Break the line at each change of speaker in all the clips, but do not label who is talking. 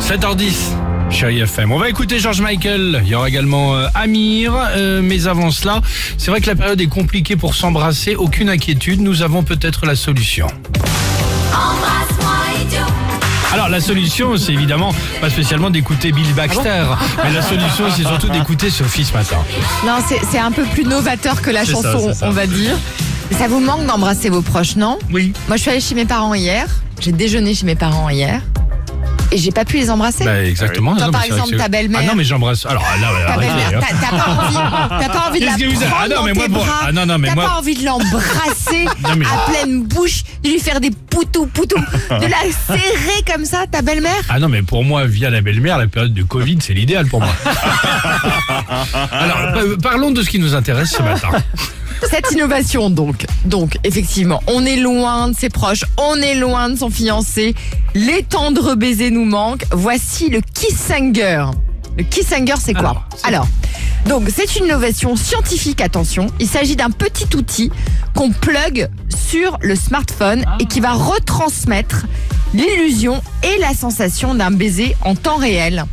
7h10. Chérie FM. On va écouter George Michael. Il y aura également euh, Amir. Euh, mais avant cela, c'est vrai que la période est compliquée pour s'embrasser. Aucune inquiétude. Nous avons peut-être la solution.
Embrasse-moi idiot.
Alors la solution, c'est évidemment pas spécialement d'écouter Bill Baxter,
Ah
mais la solution, c'est surtout d'écouter Sophie ce matin.
Non, c'est c'est un peu plus novateur que la
C'est ça,
chanson,
c'est ça.
on va dire. Ça vous manque d'embrasser vos proches, non
Oui.
Moi, je suis allée chez mes parents hier. J'ai déjeuné chez mes parents hier. Et j'ai pas pu les embrasser.
Bah, exactement.
Ah
Non,
Toi,
mais
par
c'est vrai que
exemple,
c'est-
ta belle-mère.
Ah non, mais j'embrasse. Alors là,
Ta
arrêtez,
belle-mère,
hein.
t'as- t'as pas envie, t'as pas envie de la
Qu'est-ce que vous-
prendre
Ah non,
dans
mais moi,
tes
pour-
bras,
ah non, non, mais
t'as
moi-
pas envie de l'embrasser
Non, mais-
à pleine bouche, de lui faire des poutous poutous, de la serrer comme ça, ta belle-mère.
Ah non, mais pour moi, via la belle-mère, la période de Covid, c'est l'idéal pour moi. Alors, pa- parlons de ce qui nous intéresse ce matin.
Cette innovation, donc. Donc, effectivement, on est loin de ses proches, on est loin de son fiancé. Les tendres baisers nous manquent. Voici le Kissinger. Le Kissinger, c'est quoi
Alors, c'est-
Alors, donc, c'est une innovation scientifique, attention. Il s'agit d'un petit outil qu'on plug sur le smartphone et qui va retransmettre l'illusion et la sensation d'un baiser en temps réel.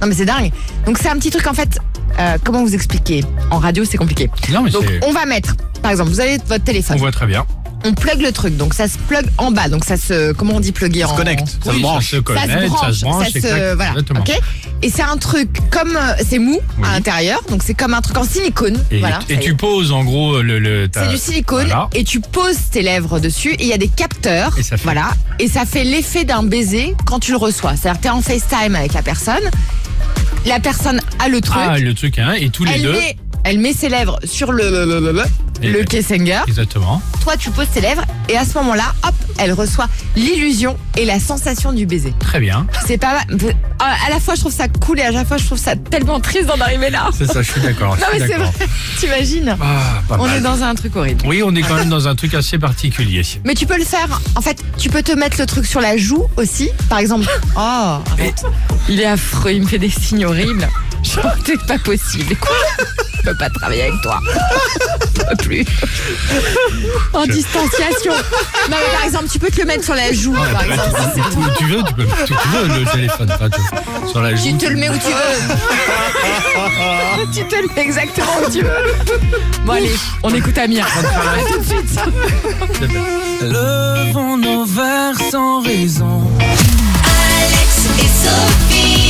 Non, mais c'est dingue. Donc, c'est un petit truc, en fait. euh, comment vous expliquer En radio, c'est compliqué.
Non, mais
Donc
c'est.
on va mettre, par exemple, vous avez votre
On
téléphone,
voit très bien.
on plug le truc, donc ça se plug en bas, donc ça se, comment on dit plugger en...
Ça se branche. Ça se
Ça se
connecte,
branche,
ça se branche, exact-
voilà,
exactement.
ok Et c'est un truc comme euh, c'est mou
Oui.
à l'intérieur, donc c'est comme un truc en silicone,
Et,
voilà.
et
ça y
tu
est.
poses en gros le. le ta-
C'est du silicone
Voilà.
et tu poses tes lèvres dessus et il y a des capteurs,
Et ça fait-
voilà, et ça fait l'effet d'un baiser quand tu le reçois. C'est-à-dire que t'es en FaceTime avec la personne, la personne a le truc,
Ah, le truc, hein, et tous les
elle
deux.
met, elle met ses lèvres sur le
Et-
le Kessinger.
Exactement.
toi tu poses tes lèvres et à ce moment-là, hop, elle reçoit l'illusion et la sensation du baiser.
Très bien.
C'est pas mal. À la fois je trouve ça cool et à la fois je trouve ça tellement triste d'en arriver là.
C'est ça, je suis d'accord. je
Non
suis
mais c'est
d'accord.
vrai, t'imagines
Ah, pas
On
mal.
est dans un truc horrible.
Oui, on est quand même dans un truc assez particulier.
Mais tu peux le faire, en fait, tu peux te mettre le truc sur la joue aussi, par exemple. Oh, arrête. il est affreux, il me fait des signes horribles. Genre, c'est pas possible. Écoute, je peux pas travailler avec toi. Je peux plus. En distanciation. Non, mais par exemple, tu peux te le mettre sur la joue, par exemple. si c'est
Où tu veux, tu peux, tu, tu veux le téléphone. enfin, tu- sur la
Tu
joue.
te le mets où tu veux. tu te le mets exactement où tu veux. Bon, allez, on écoute Amir. À tout de suite.
Levons nos verres sans raison.
Alex et Sophie.